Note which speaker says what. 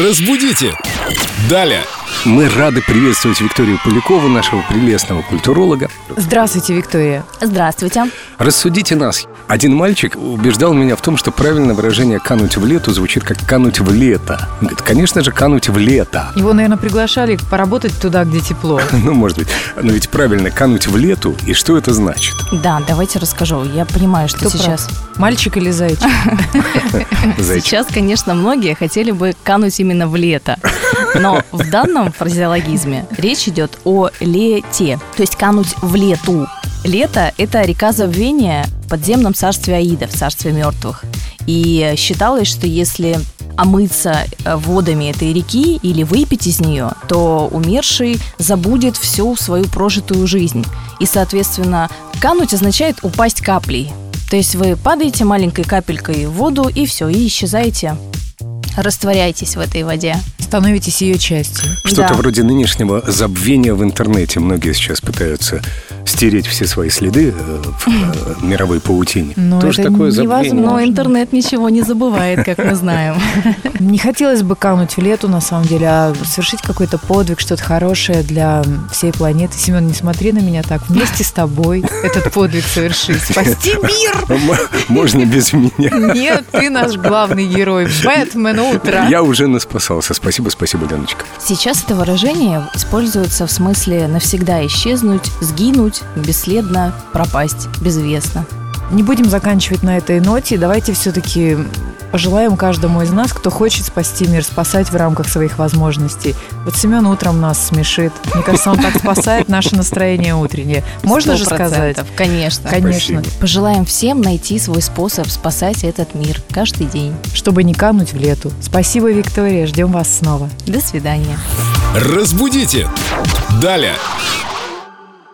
Speaker 1: Разбудите! Далее!
Speaker 2: Мы рады приветствовать Викторию Полякову, нашего прелестного культуролога.
Speaker 3: Здравствуйте, Виктория.
Speaker 4: Здравствуйте.
Speaker 2: Рассудите нас. Один мальчик убеждал меня в том, что правильное выражение «кануть в лету» звучит как «кануть в лето». Он говорит, конечно же, «кануть в лето».
Speaker 3: Его, наверное, приглашали поработать туда, где тепло.
Speaker 2: Ну, может быть. Но ведь правильно «кануть в лету» и что это значит?
Speaker 4: Да, давайте расскажу. Я понимаю, что
Speaker 3: Кто
Speaker 4: сейчас.
Speaker 3: прав? Мальчик или зайчик?
Speaker 2: Зайчик.
Speaker 4: Сейчас, конечно, многие хотели бы кануть именно в лето. Но в данном фразеологизме речь идет о лете, то есть кануть в лету. Лето – это река забвения в подземном царстве Аида, в царстве мертвых. И считалось, что если омыться э, водами этой реки или выпить из нее, то умерший забудет всю свою прожитую жизнь. И, соответственно, кануть означает упасть каплей. То есть вы падаете маленькой капелькой в воду и все, и исчезаете. Растворяетесь в этой воде.
Speaker 3: Становитесь ее частью.
Speaker 2: Что-то
Speaker 4: Да.
Speaker 2: вроде нынешнего забвения в интернете. Многие сейчас пытаются стереть все свои следы э, в э, мировой паутине.
Speaker 3: Но
Speaker 2: Тоже
Speaker 3: это
Speaker 2: такое
Speaker 3: невозможно.
Speaker 2: забвение.
Speaker 4: Но интернет ничего не забывает, как мы знаем.
Speaker 3: Не хотелось бы кануть в лету, на самом деле, а совершить какой-то подвиг, что-то хорошее для всей планеты. Семен, не смотри на меня так. Вместе с тобой этот подвиг совершить. Спасти мир!
Speaker 2: М- Можно без меня.
Speaker 3: Нет, ты наш главный герой. Бэтмен утро.
Speaker 2: Я уже наспасался. Спасибо, спасибо, Леночка.
Speaker 4: Сейчас это выражение используется в смысле навсегда исчезнуть, сгинуть, бесследно пропасть, безвестно.
Speaker 3: Не будем заканчивать на этой ноте. Давайте все-таки пожелаем каждому из нас, кто хочет спасти мир, спасать в рамках своих возможностей. Вот Семен утром нас смешит. Мне кажется, он так спасает наше настроение утреннее. Можно же
Speaker 4: 100%,
Speaker 3: сказать?
Speaker 4: Конечно.
Speaker 3: Конечно.
Speaker 2: Спасибо.
Speaker 4: Пожелаем всем найти свой способ спасать этот мир каждый день.
Speaker 3: Чтобы не кануть в лету. Спасибо, Виктория. Ждем вас снова.
Speaker 4: До свидания.
Speaker 1: Разбудите! Далее!